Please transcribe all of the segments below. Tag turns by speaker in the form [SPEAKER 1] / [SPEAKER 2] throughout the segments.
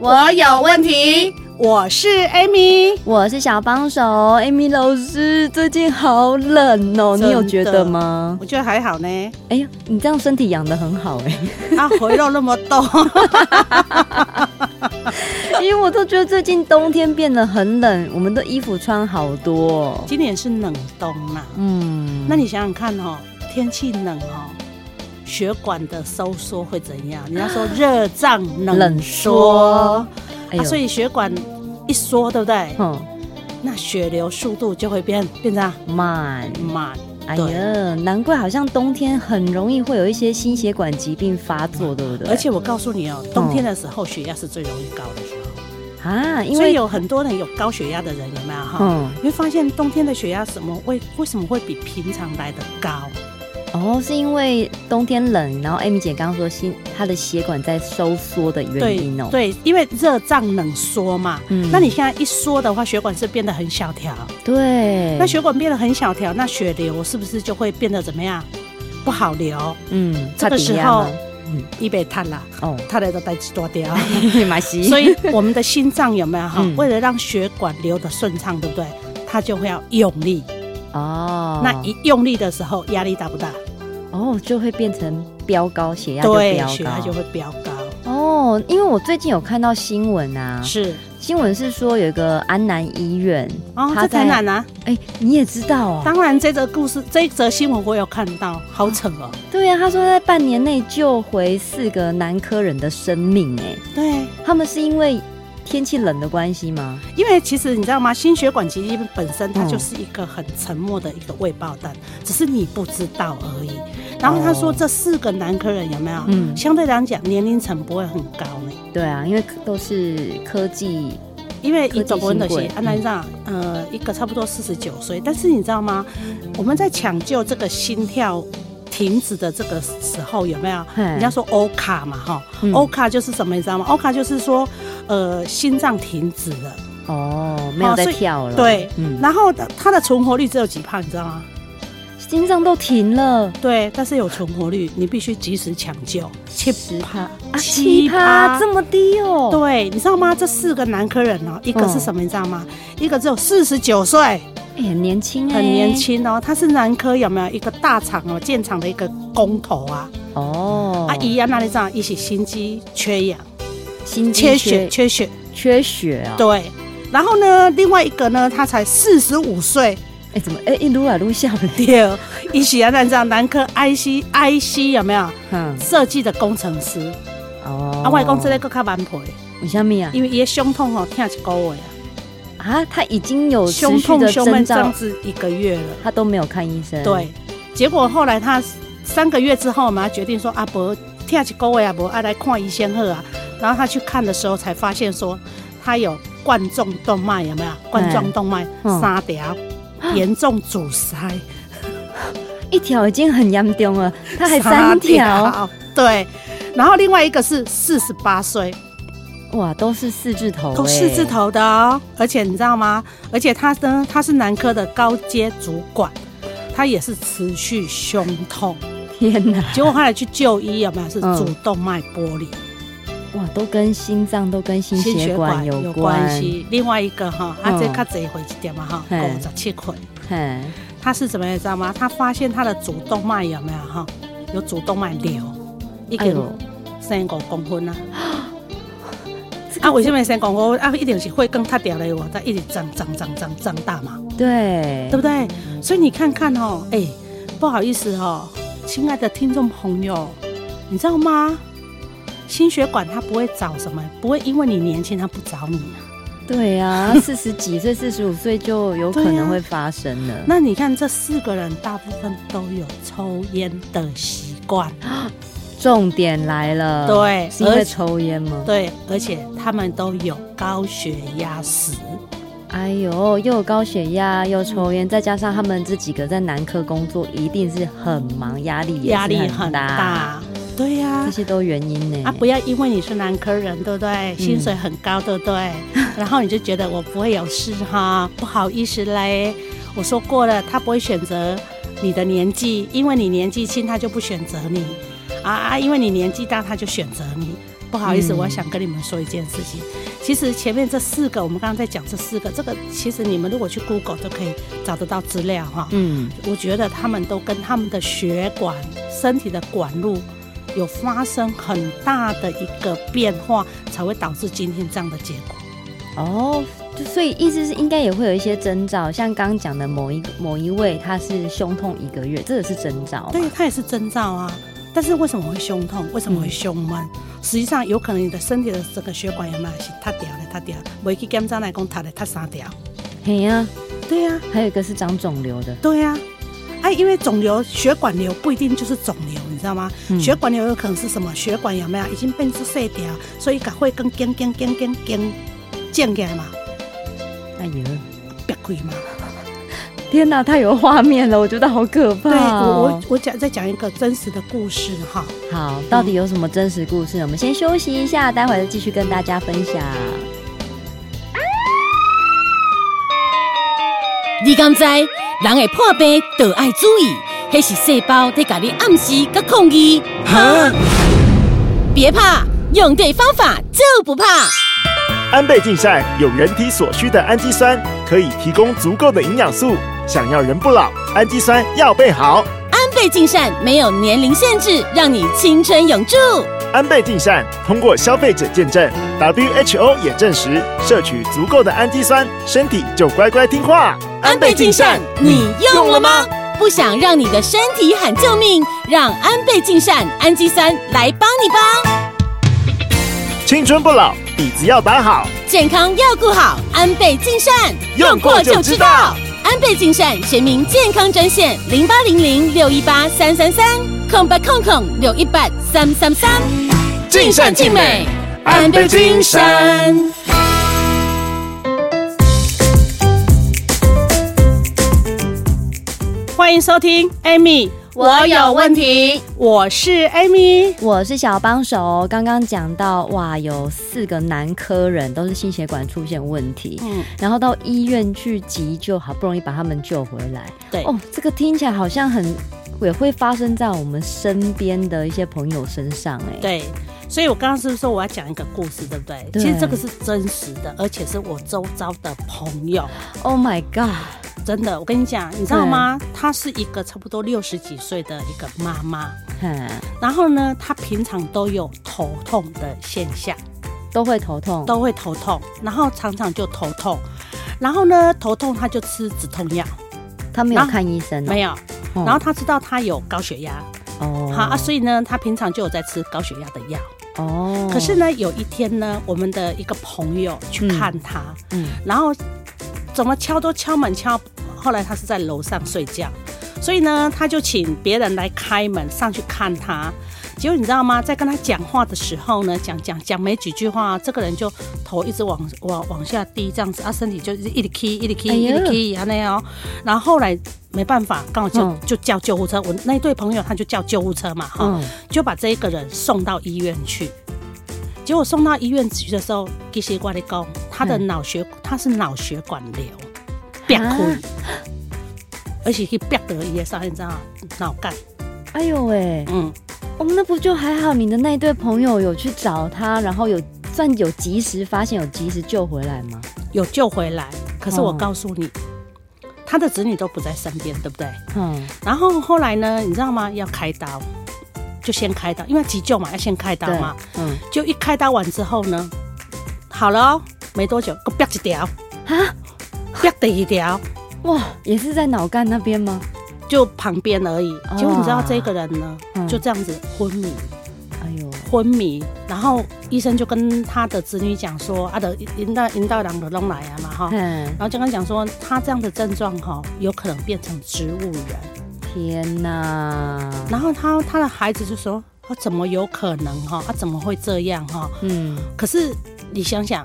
[SPEAKER 1] 我有问题。
[SPEAKER 2] 我是 Amy。
[SPEAKER 1] 我是小帮手，Amy 老师，最近好冷哦，
[SPEAKER 2] 真的
[SPEAKER 1] 你有觉得吗？
[SPEAKER 2] 我觉得还好 呢，
[SPEAKER 1] 哎呀，你这样身体养得很好哎、
[SPEAKER 2] 啊，回肉那么多，
[SPEAKER 1] 因为我都觉得最近冬天变得很冷，我们的衣服穿好多、哦。
[SPEAKER 2] 今年是冷冬啦、
[SPEAKER 1] 嗯，
[SPEAKER 2] 那你想想看哦，天气冷哦，血管的收缩会怎样？人家说热胀冷
[SPEAKER 1] 冷
[SPEAKER 2] 缩
[SPEAKER 1] 缩，哎嗯
[SPEAKER 2] 啊所以血管一缩，对不对？
[SPEAKER 1] 哼
[SPEAKER 2] 那血流速度就会变变成
[SPEAKER 1] 慢，
[SPEAKER 2] 慢。
[SPEAKER 1] 哎
[SPEAKER 2] 对，
[SPEAKER 1] 呀，难怪好像冬天很容易会有一些心血管疾病发作，对不对？
[SPEAKER 2] 而且我告诉你哦，冬天的时候血压是最容易高的时候，
[SPEAKER 1] 啊，因
[SPEAKER 2] 所以
[SPEAKER 1] 为
[SPEAKER 2] 有很多人有高血压的人有没有哈？
[SPEAKER 1] 嗯
[SPEAKER 2] 你会发现冬天的血压什么为为什么会比平常来的高？
[SPEAKER 1] 哦，是因为冬天冷，然后 Amy 姐刚刚说心她的血管在收缩的原
[SPEAKER 2] 对
[SPEAKER 1] 因哦。
[SPEAKER 2] 对，因为热胀冷缩嘛。
[SPEAKER 1] 嗯
[SPEAKER 2] 那你现在一缩的话，血管是变得很小条，
[SPEAKER 1] 对，
[SPEAKER 2] 那血管变得很小条，那血流是不是就会变得怎么样？不好流，
[SPEAKER 1] 嗯，
[SPEAKER 2] 这个
[SPEAKER 1] 差点
[SPEAKER 2] 时
[SPEAKER 1] 呀
[SPEAKER 2] 候
[SPEAKER 1] 嘛
[SPEAKER 2] 一被瘫了，
[SPEAKER 1] 嗯哦，
[SPEAKER 2] 瘫了都带几多掉。
[SPEAKER 1] 马西，
[SPEAKER 2] 所以我们的心脏有没有哈？
[SPEAKER 1] 嗯
[SPEAKER 2] 为了让血管流得顺畅，对不对？它就会要用力。
[SPEAKER 1] 哦，
[SPEAKER 2] 那一用力的时候，压力大不大？
[SPEAKER 1] 哦就会变成飙高，血压就
[SPEAKER 2] 对
[SPEAKER 1] 飙，
[SPEAKER 2] 血压
[SPEAKER 1] 高，
[SPEAKER 2] 就会飙高。
[SPEAKER 1] 哦，因为我最近有看到新闻啊，
[SPEAKER 2] 是
[SPEAKER 1] 新闻是说有一个安南医院，
[SPEAKER 2] 哦，
[SPEAKER 1] 他
[SPEAKER 2] 这台
[SPEAKER 1] 在
[SPEAKER 2] 南啊，
[SPEAKER 1] 哎，你也知道哦，
[SPEAKER 2] 当然，这则故事，这一则新闻我有看到，好扯哦。
[SPEAKER 1] 对呀、啊，他说在半年内救回四个南科人的生命，哎，
[SPEAKER 2] 对，
[SPEAKER 1] 他们是因为天气冷的关系吗？
[SPEAKER 2] 因为其实你知道吗？心血管疾病本身它
[SPEAKER 1] 嗯
[SPEAKER 2] 就是一个很沉默的一个未爆弹，只是你不知道而已。然后他说
[SPEAKER 1] 哦
[SPEAKER 2] 这四个男科人有没有？
[SPEAKER 1] 嗯
[SPEAKER 2] 相对来讲年龄层不会很高呢，
[SPEAKER 1] 对啊，因为都是科技，
[SPEAKER 2] 因为
[SPEAKER 1] 科
[SPEAKER 2] 一
[SPEAKER 1] 技
[SPEAKER 2] 总不能的
[SPEAKER 1] 新
[SPEAKER 2] 是
[SPEAKER 1] 贵嗯
[SPEAKER 2] 按按上，呃，一个差不多四十九岁，但是你知道吗？我们在抢救这个心跳停止的这个时候有没有？人
[SPEAKER 1] 人
[SPEAKER 2] 家说欧卡嘛，哈、
[SPEAKER 1] 嗯
[SPEAKER 2] 欧卡就是什么，你知道吗？欧卡就是说，呃，心脏停止了，
[SPEAKER 1] 哦，没有
[SPEAKER 2] 哦
[SPEAKER 1] 在
[SPEAKER 2] 所以
[SPEAKER 1] 跳了，
[SPEAKER 2] 对
[SPEAKER 1] 嗯，
[SPEAKER 2] 然后它的存活率只有几趴，你知道吗？
[SPEAKER 1] 心脏都停了。
[SPEAKER 2] 对，但是有存活率，你必须及时抢救。七
[SPEAKER 1] 十趴啊，
[SPEAKER 2] 七
[SPEAKER 1] 七
[SPEAKER 2] 趴
[SPEAKER 1] 趴这么低哦。
[SPEAKER 2] 对，你知道吗？这四个男科人哦，一个是什么，你知道吗？一个只有四十九岁，
[SPEAKER 1] 哎，很年轻哎，
[SPEAKER 2] 很年轻哦。他是男科有没有一个大厂哦，建厂的一个工头啊？
[SPEAKER 1] 哦。
[SPEAKER 2] 啊，一样那里这样，一起心肌缺氧、
[SPEAKER 1] 心肌
[SPEAKER 2] 缺血、缺血。
[SPEAKER 1] 缺哦血啊。
[SPEAKER 2] 对，然后呢，另外一个呢，他才四十五岁，
[SPEAKER 1] 哎，怎么哎一撸来撸下来？
[SPEAKER 2] 第二，一起啊，那这样男科 IC IC 有没有
[SPEAKER 1] 嗯，
[SPEAKER 2] 设计的工程师？
[SPEAKER 1] 哦。
[SPEAKER 2] 啊，外公这类更较蛮配，
[SPEAKER 1] 为什么啊？
[SPEAKER 2] 因为伊的胸痛吼痛一个月
[SPEAKER 1] 啊，他已经有
[SPEAKER 2] 啊，
[SPEAKER 1] 持
[SPEAKER 2] 胸
[SPEAKER 1] 续
[SPEAKER 2] 痛
[SPEAKER 1] 的
[SPEAKER 2] 胸闷
[SPEAKER 1] 征
[SPEAKER 2] 这样
[SPEAKER 1] 兆，
[SPEAKER 2] 子一个月了。
[SPEAKER 1] 他都没有看医生。
[SPEAKER 2] 对，结果后来他三个月之后嘛，他决定说啊，伯痛一个月啊，伯啊来看医生好啊。然后他去看的时候才发现说，他有冠状动脉有没有？冠状动脉
[SPEAKER 1] 嗯
[SPEAKER 2] 三条严重阻塞，
[SPEAKER 1] 一条已经很严重了，他还三条，，
[SPEAKER 2] 对。然后另外一个是四十八岁，
[SPEAKER 1] 哇，都是四字头，欸
[SPEAKER 2] 都四字。头的哦。而且你知道吗？而且他呢，他是南科的高阶主管，他也是持续胸痛，
[SPEAKER 1] 天哪，
[SPEAKER 2] 结果后来去就医，有没有是
[SPEAKER 1] 嗯
[SPEAKER 2] 主动脉剥离，
[SPEAKER 1] 哇，都跟心脏都跟心血管有关。
[SPEAKER 2] 系？另外一个哈，啊，
[SPEAKER 1] 嗯
[SPEAKER 2] 这较侪回一点嘛哈，
[SPEAKER 1] 嘿
[SPEAKER 2] 五十七岁，
[SPEAKER 1] 嘿，
[SPEAKER 2] 他是怎么样你知道吗？他发现他的主动脉有没有哈，有主动脉瘤，一
[SPEAKER 1] 哎
[SPEAKER 2] 个
[SPEAKER 1] 呦，
[SPEAKER 2] 三五公分啊。
[SPEAKER 1] 这个
[SPEAKER 2] 啊，为什么三公分啊？一定是会更塌掉的，我它一直长长长长长大嘛。
[SPEAKER 1] 对
[SPEAKER 2] 对不对？所以你看看哦，哎，不好意思哦，亲爱的听众朋友，你知道吗？心血管它不会找什么，不会因为你年轻它不找你、
[SPEAKER 1] 嗯
[SPEAKER 2] 啊。
[SPEAKER 1] 对 啊，四十几岁、四十五岁就有可能会发生了。
[SPEAKER 2] 啊那你看这四个人大部分都有抽烟的习惯，
[SPEAKER 1] 重点来了，
[SPEAKER 2] 对
[SPEAKER 1] 是因为
[SPEAKER 2] 而
[SPEAKER 1] 抽烟吗？
[SPEAKER 2] 对，而且他们都有高血压史。
[SPEAKER 1] 哎呦，又有高血压，又抽烟，再加上他们这几个在南科工作，一定是很忙，压力也是
[SPEAKER 2] 压力
[SPEAKER 1] 很
[SPEAKER 2] 很，大。对呀、
[SPEAKER 1] 这
[SPEAKER 2] 啊。
[SPEAKER 1] 些都原因呢。
[SPEAKER 2] 不要因为你是南科人，对不对？薪水很高，对不对？然后你就觉得我不会有事哈，不好意思嘞。我说过了，他不会选择你的年纪，因为你年纪轻，他就不选择你啊啊！因为你年纪大，他就选择你。不好意思，
[SPEAKER 1] 嗯
[SPEAKER 2] 我想跟你们说一件事情。其实前面这四个，我们刚刚在讲这四个，这个其实你们如果去 Google 都可以找得到资料哈。
[SPEAKER 1] 嗯，
[SPEAKER 2] 我觉得他们都跟他们的血管、身体的管路有发生很大的一个变化，才会导致今天这样的结果。
[SPEAKER 1] 哦，就所以意思是应该也会有一些征兆，像刚刚讲的某一某一位，他是胸痛一个月，这个是征兆
[SPEAKER 2] 对
[SPEAKER 1] 嘛？，
[SPEAKER 2] 它也是征兆啊。但是为什么会胸痛？为什么会胸闷？实际上有可能你的身体的这个血管有没有是塌掉的？塌掉，没去检查来讲塌的塌三条。
[SPEAKER 1] 嘿呀、
[SPEAKER 2] 对呀、
[SPEAKER 1] 还有一个是长肿瘤的，
[SPEAKER 2] 对呀、哎，因为肿瘤血管瘤不一定就是肿瘤，你知道吗？
[SPEAKER 1] 嗯
[SPEAKER 2] 血管瘤有可能是什么？血管有没有已经变成细条，所以它会更更更更更更建起来嘛，
[SPEAKER 1] 哎呦，
[SPEAKER 2] 别开嘛。
[SPEAKER 1] 天哪，太有画面了，我觉得好可怕、
[SPEAKER 2] 对我
[SPEAKER 1] 哦
[SPEAKER 2] 我。我讲再讲一个真实的故事哈。
[SPEAKER 1] 好，到底有什么真实故事？我们先休息一下，待会儿再继续跟大家分享。
[SPEAKER 3] 你敢知人会破病，就爱注意，迄是细胞在甲你暗示甲抗议。
[SPEAKER 4] 哈，
[SPEAKER 3] 别怕，用对方法就不怕。
[SPEAKER 4] 安倍晋善有人体所需的氨基酸，可以提供足够的营养素。想要人不老，氨基酸要备好。
[SPEAKER 3] 安倍晋善没有年龄限制，让你青春永驻。
[SPEAKER 4] 安倍晋善通过消费者见证，WHO 也证实，摄取足够的氨基酸，身体就乖乖听话。
[SPEAKER 3] 安倍晋善，你用了吗？不想让你的身体喊救命，让安倍晋善氨基酸来帮你吧。
[SPEAKER 4] 青春不老，底子要打好。
[SPEAKER 3] 健康要顾好，安倍晋善
[SPEAKER 4] 用过就知道。
[SPEAKER 3] 安倍晋善全民健康专线零八零零六一八三三三空八空空六一八三三三，
[SPEAKER 4] 尽善尽美，安倍晋善。
[SPEAKER 2] 欢迎收听 Amy，
[SPEAKER 1] 我有问
[SPEAKER 2] 题，我是 Amy。
[SPEAKER 1] 我是小帮手，刚刚讲到哇，有四个男科人都是心血管出现问题，
[SPEAKER 2] 嗯，
[SPEAKER 1] 然后到医院去急救，好不容易把他们救回来。
[SPEAKER 2] 对
[SPEAKER 1] 哦，这个听起来好像很也会发生在我们身边的一些朋友身上哎。，
[SPEAKER 2] 对，所以我刚刚是不是说我要讲一个故事，对不对？
[SPEAKER 1] 对
[SPEAKER 2] 其实这个是真实的，而且是我周遭的朋友，
[SPEAKER 1] Oh my god！
[SPEAKER 2] 真的，我跟你讲，你知道吗？她是一个差不多六十几岁的一个妈妈，
[SPEAKER 1] 哼，
[SPEAKER 2] 然后呢，她平常都有头痛的现象，
[SPEAKER 1] 都会头痛。
[SPEAKER 2] 都会头痛，然后常常就头痛，然后呢，头痛她就吃止痛药，
[SPEAKER 1] 他没有看医生哦、
[SPEAKER 2] 没有，
[SPEAKER 1] 嗯
[SPEAKER 2] 然后她知道她有高血压，
[SPEAKER 1] 哦，
[SPEAKER 2] 好、啊，所以呢，她平常就有在吃高血压的药。
[SPEAKER 1] 哦，
[SPEAKER 2] 可是呢，有一天呢，我们的一个朋友去看他，
[SPEAKER 1] 嗯
[SPEAKER 2] 然后怎么敲都敲门敲，后来他是在楼上睡觉，所以呢，他就请别人来开门上去看他。结果你知道吗？在跟他讲话的时候呢，讲讲讲没几句话，这个人就头一直往往往下低这样子，啊，身体就一直一直 k 一直 k
[SPEAKER 1] 哎
[SPEAKER 2] 一
[SPEAKER 1] 呀
[SPEAKER 2] 直 k 啊那样哦。然后后来没办法，刚好就、
[SPEAKER 1] 嗯
[SPEAKER 2] 就叫救护车。我那一对朋友他就叫救护车嘛，哈、
[SPEAKER 1] 嗯
[SPEAKER 2] 就把这一个人送到医院去。结果送到医院去的时候，给血管的讲，他的
[SPEAKER 1] 嗯啊
[SPEAKER 2] 脑血他是脑血管瘤，憋哭，而且去憋得一上，你知道吗脑干，
[SPEAKER 1] 哎呦喂，
[SPEAKER 2] 嗯，
[SPEAKER 1] 哦，那不就还好？你的那一对朋友有去找他，然后有算有及时发现，有及时救回来吗？
[SPEAKER 2] 有救回来。可是我
[SPEAKER 1] 哦
[SPEAKER 2] 告诉你，他的子女都不在身边，对不对？
[SPEAKER 1] 嗯，
[SPEAKER 2] 然后后来呢，你知道吗？要开刀，就先开刀，因为急救嘛，要先开刀
[SPEAKER 1] 对
[SPEAKER 2] 嘛。，
[SPEAKER 1] 嗯
[SPEAKER 2] 就一开刀完之后呢，好了、哦，没多久，又憋一条，
[SPEAKER 1] 啊，
[SPEAKER 2] 憋第一条。
[SPEAKER 1] 哇，也是在脑干那边吗？
[SPEAKER 2] 就旁边而已。结果你知道这个人呢，
[SPEAKER 1] 嗯
[SPEAKER 2] 就这样子昏迷，
[SPEAKER 1] 哎呦，
[SPEAKER 2] 昏迷。然后医生就跟他的子女讲说：“啊，的引导引导人的弄来啊嘛哈。”
[SPEAKER 1] 嗯，
[SPEAKER 2] 然后就跟他讲说，他这样的症状哈，有可能变成植物人。
[SPEAKER 1] 天哪，
[SPEAKER 2] 然后他他的孩子就说：“哦，怎么有可能哈？啊，怎么会这样哈？
[SPEAKER 1] 嗯，
[SPEAKER 2] 可是你想想，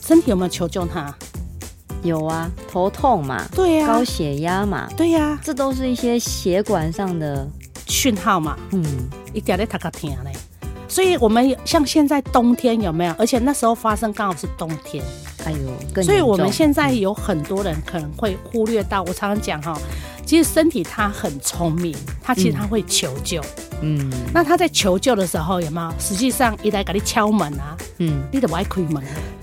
[SPEAKER 2] 身体有没有求救他？
[SPEAKER 1] 有啊，头痛嘛，
[SPEAKER 2] 对呀、
[SPEAKER 1] 高血压嘛，
[SPEAKER 2] 对呀、
[SPEAKER 1] 这都是一些血管上的，
[SPEAKER 2] 讯号嘛，
[SPEAKER 1] 嗯，
[SPEAKER 2] 一点在他个听嘞。所以我们像现在冬天有没有？而且那时候发生刚好是冬天，
[SPEAKER 1] 哎呦，更
[SPEAKER 2] 所以
[SPEAKER 1] 严
[SPEAKER 2] 我们
[SPEAKER 1] 重
[SPEAKER 2] 现在有很多人可能会忽略到，我常常讲哈，其实身体它很聪明，它其实它会求救。
[SPEAKER 1] 嗯
[SPEAKER 2] 那它在求救的时候有没有？实际上一来给你敲门啊，
[SPEAKER 1] 嗯，
[SPEAKER 2] 你得不爱开门。啊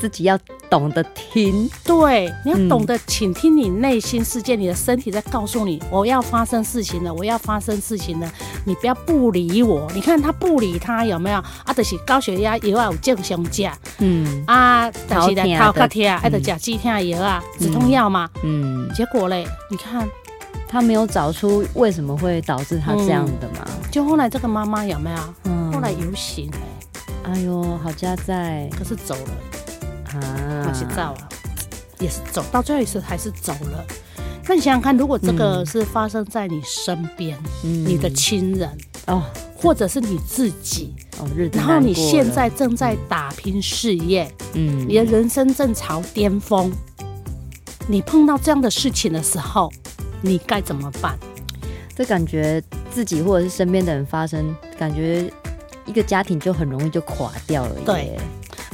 [SPEAKER 1] 自己要懂得听，
[SPEAKER 2] 对，你要
[SPEAKER 1] 嗯
[SPEAKER 2] 懂得倾听你内心世界，你的身体在告诉你，我要发生事情了，我要发生事情了，你不要不理我。你看他不理他有没有？啊，就是高血压药啊有正常吃
[SPEAKER 1] 嗯
[SPEAKER 2] 啊，但是来头
[SPEAKER 1] 头
[SPEAKER 2] 壳
[SPEAKER 1] 痛的
[SPEAKER 2] 痛，爱得
[SPEAKER 1] 嗯
[SPEAKER 2] 吃止痛药啊，止
[SPEAKER 1] 嗯
[SPEAKER 2] 痛药嘛。
[SPEAKER 1] 嗯，
[SPEAKER 2] 结果嘞，你看，
[SPEAKER 1] 他没有找出为什么会导致他这样的嘛，
[SPEAKER 2] 就后来这个妈妈有没有？
[SPEAKER 1] 嗯，
[SPEAKER 2] 后来游行哎、
[SPEAKER 1] 哎呦，好家在
[SPEAKER 2] 可是走了，
[SPEAKER 1] 啊，
[SPEAKER 2] 我是照了，也是走到最后一次还是走了。那你想想看，如果这个
[SPEAKER 1] 嗯
[SPEAKER 2] 是发生在你身边，
[SPEAKER 1] 嗯
[SPEAKER 2] 你的亲人，
[SPEAKER 1] 哦
[SPEAKER 2] 或者是你自己，
[SPEAKER 1] 哦日子
[SPEAKER 2] 然后
[SPEAKER 1] 难过了，
[SPEAKER 2] 你现在正在打拼事业，
[SPEAKER 1] 嗯
[SPEAKER 2] 你的人生正朝巅峰，你碰到这样的事情的时候，你该怎么办？
[SPEAKER 1] 这感觉自己或者是身边的人发生，感觉一个家庭就很容易就垮掉了耶。
[SPEAKER 2] 对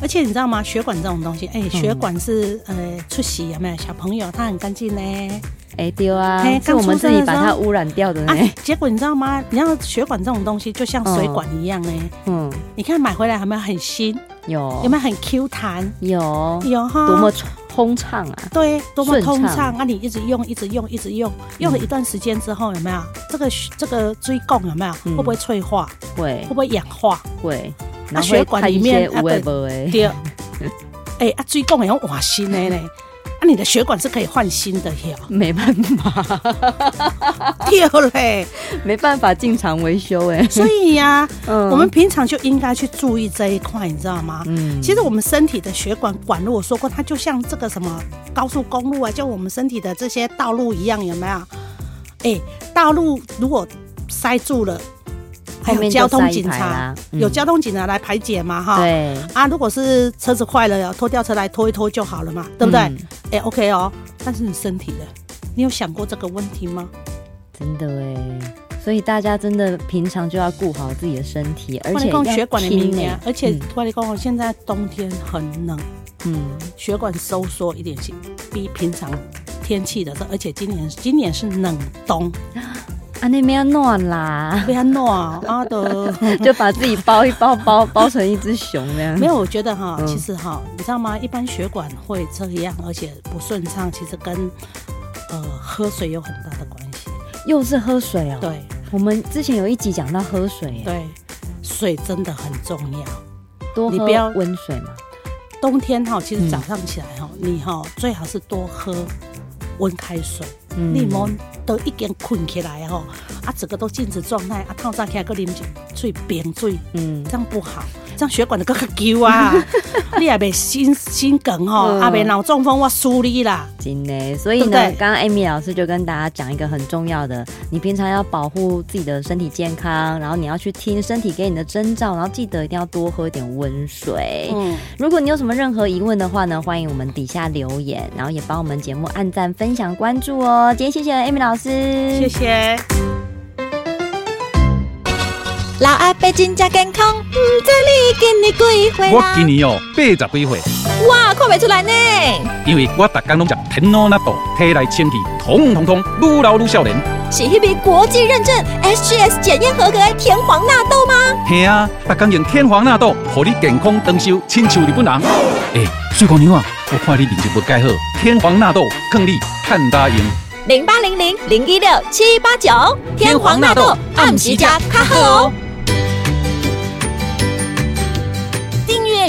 [SPEAKER 2] 而且你知道吗？血管这种东西，哎、
[SPEAKER 1] 嗯
[SPEAKER 2] 血管是呃出血有没有？小朋友他很干净呢。
[SPEAKER 1] 哎丢啊
[SPEAKER 2] 嘿，
[SPEAKER 1] 是我们自己把
[SPEAKER 2] 刚出生的时
[SPEAKER 1] 它
[SPEAKER 2] 候
[SPEAKER 1] 污染掉的呢
[SPEAKER 2] 啊。，结果你知道吗？你知道血管这种东西就像水管一样呢。
[SPEAKER 1] 嗯，
[SPEAKER 2] 你看买回来有没有很新？
[SPEAKER 1] 有
[SPEAKER 2] 有没有很 Q 弹？
[SPEAKER 1] 有
[SPEAKER 2] 有哈，
[SPEAKER 1] 哦多么通畅啊？
[SPEAKER 2] 对，多么通
[SPEAKER 1] 顺
[SPEAKER 2] 畅
[SPEAKER 1] 畅嗯
[SPEAKER 2] 啊！你一直用，一直用，一直用，用了一段时间之后，有没有这个这个椎供有没有会
[SPEAKER 1] 嗯哎
[SPEAKER 2] 不会脆化？
[SPEAKER 1] 会
[SPEAKER 2] 会不会氧化？
[SPEAKER 1] 会，
[SPEAKER 2] 那
[SPEAKER 1] 然后
[SPEAKER 2] 血
[SPEAKER 1] 会
[SPEAKER 2] 管
[SPEAKER 1] 看
[SPEAKER 2] 里
[SPEAKER 1] 一
[SPEAKER 2] 面
[SPEAKER 1] 些
[SPEAKER 2] 啊
[SPEAKER 1] 无为
[SPEAKER 2] 对
[SPEAKER 1] 不为，
[SPEAKER 2] 第二，哎啊，椎供也要换新的呢。啊，你的血管是可以换新的 哟。
[SPEAKER 1] 没办法，
[SPEAKER 2] 对嘞，
[SPEAKER 1] 没办法进厂维修哎。
[SPEAKER 2] 所以呀、
[SPEAKER 1] 嗯
[SPEAKER 2] 我们平常就应该去注意这一块，你知道吗？
[SPEAKER 1] 嗯
[SPEAKER 2] 其实我们身体的血管管路，我说过，它就像这个什么高速公路啊，就我们身体的这些道路一样，有没有？哎、道路如果塞住了，还
[SPEAKER 1] 后
[SPEAKER 2] 有
[SPEAKER 1] 面就
[SPEAKER 2] 交通
[SPEAKER 1] 塞一
[SPEAKER 2] 警
[SPEAKER 1] 排
[SPEAKER 2] 察
[SPEAKER 1] 啦，嗯
[SPEAKER 2] 有交通警察来排解嘛，哈。。
[SPEAKER 1] 对，
[SPEAKER 2] 啊，如果是车子坏了，拖吊车来拖一拖就好了嘛，对不对？哎、
[SPEAKER 1] 嗯
[SPEAKER 2] o k 哦。但是你身体的，你有想过这个问题吗？
[SPEAKER 1] 真的哎。所以大家真的平常就要顾好自己的身体，而
[SPEAKER 2] 我
[SPEAKER 1] 且
[SPEAKER 2] 跟你
[SPEAKER 1] 要
[SPEAKER 2] 讲血管的敏
[SPEAKER 1] 听
[SPEAKER 2] 感
[SPEAKER 1] 哎，
[SPEAKER 2] 啊而且
[SPEAKER 1] 嗯
[SPEAKER 2] 我跟你讲，哦现在冬天很冷，
[SPEAKER 1] 嗯
[SPEAKER 2] 血管收缩一点，比平常天气的时候，而且今年今年是冷冬，
[SPEAKER 1] 啊，那边要暖啦，
[SPEAKER 2] 不要弄啊啊的。
[SPEAKER 1] 就把自己包一包包包成一只熊那样。
[SPEAKER 2] 没有，我觉得哈，
[SPEAKER 1] 嗯
[SPEAKER 2] 其实哈，你知道吗？一般血管会这样，而且不顺畅，其实跟呃喝水有很大的关系。
[SPEAKER 1] 又是喝水哦。，
[SPEAKER 2] 对
[SPEAKER 1] 我们之前有一集讲到喝水耶，
[SPEAKER 2] 对，水真的很重要。
[SPEAKER 1] 多
[SPEAKER 2] 你
[SPEAKER 1] 喝
[SPEAKER 2] 不要
[SPEAKER 1] 温水嘛。
[SPEAKER 2] 冬天哈，其实
[SPEAKER 1] 嗯
[SPEAKER 2] 早上起来哈，你哈最好是多喝温开水。
[SPEAKER 1] 嗯
[SPEAKER 2] 你莫都已经困起来吼，啊，整个都静止状态，啊，透早起来搁啉水冰水，
[SPEAKER 1] 嗯
[SPEAKER 2] 这样不好，这样血管就更较揪啊，你也袂心心梗吼，
[SPEAKER 1] 嗯
[SPEAKER 2] 也袂脑中风，我输你啦。
[SPEAKER 1] 真的，所以
[SPEAKER 2] 对不
[SPEAKER 1] 呢，
[SPEAKER 2] 对
[SPEAKER 1] 刚刚 Amy 老师就跟大家讲一个很重要的，你平常要保护自己的身体健康，然后你要去听身体给你的征兆，然后记得一定要多喝一点温水。
[SPEAKER 2] 嗯，
[SPEAKER 1] 如果你有什么任何疑问的话呢，欢迎我们底下留言，然后也帮我们节目按赞、分享、关注哦。今天谢谢 Amy 老师，
[SPEAKER 2] 谢谢。
[SPEAKER 5] 老阿伯真正健康，嗯唔知你今年几岁
[SPEAKER 6] 我
[SPEAKER 5] 啦？
[SPEAKER 6] 今年哦八十几岁，
[SPEAKER 5] 哇，看袂出来呢！
[SPEAKER 6] 因为我逐天拢食天脑纳豆，体内清气，通通通，愈老愈少年。
[SPEAKER 5] 是迄笔国际认证 SGS 检验合格的甜黄纳豆吗？
[SPEAKER 6] 嘿啊，逐天用天皇纳豆，互你健康长寿，亲像日本人。诶、水姑娘啊，我看你面色不改好，天皇纳豆，劝你趁大用。
[SPEAKER 5] 零八零零零一六七八九，天皇纳豆按时加卡喝哦。
[SPEAKER 3] 订阅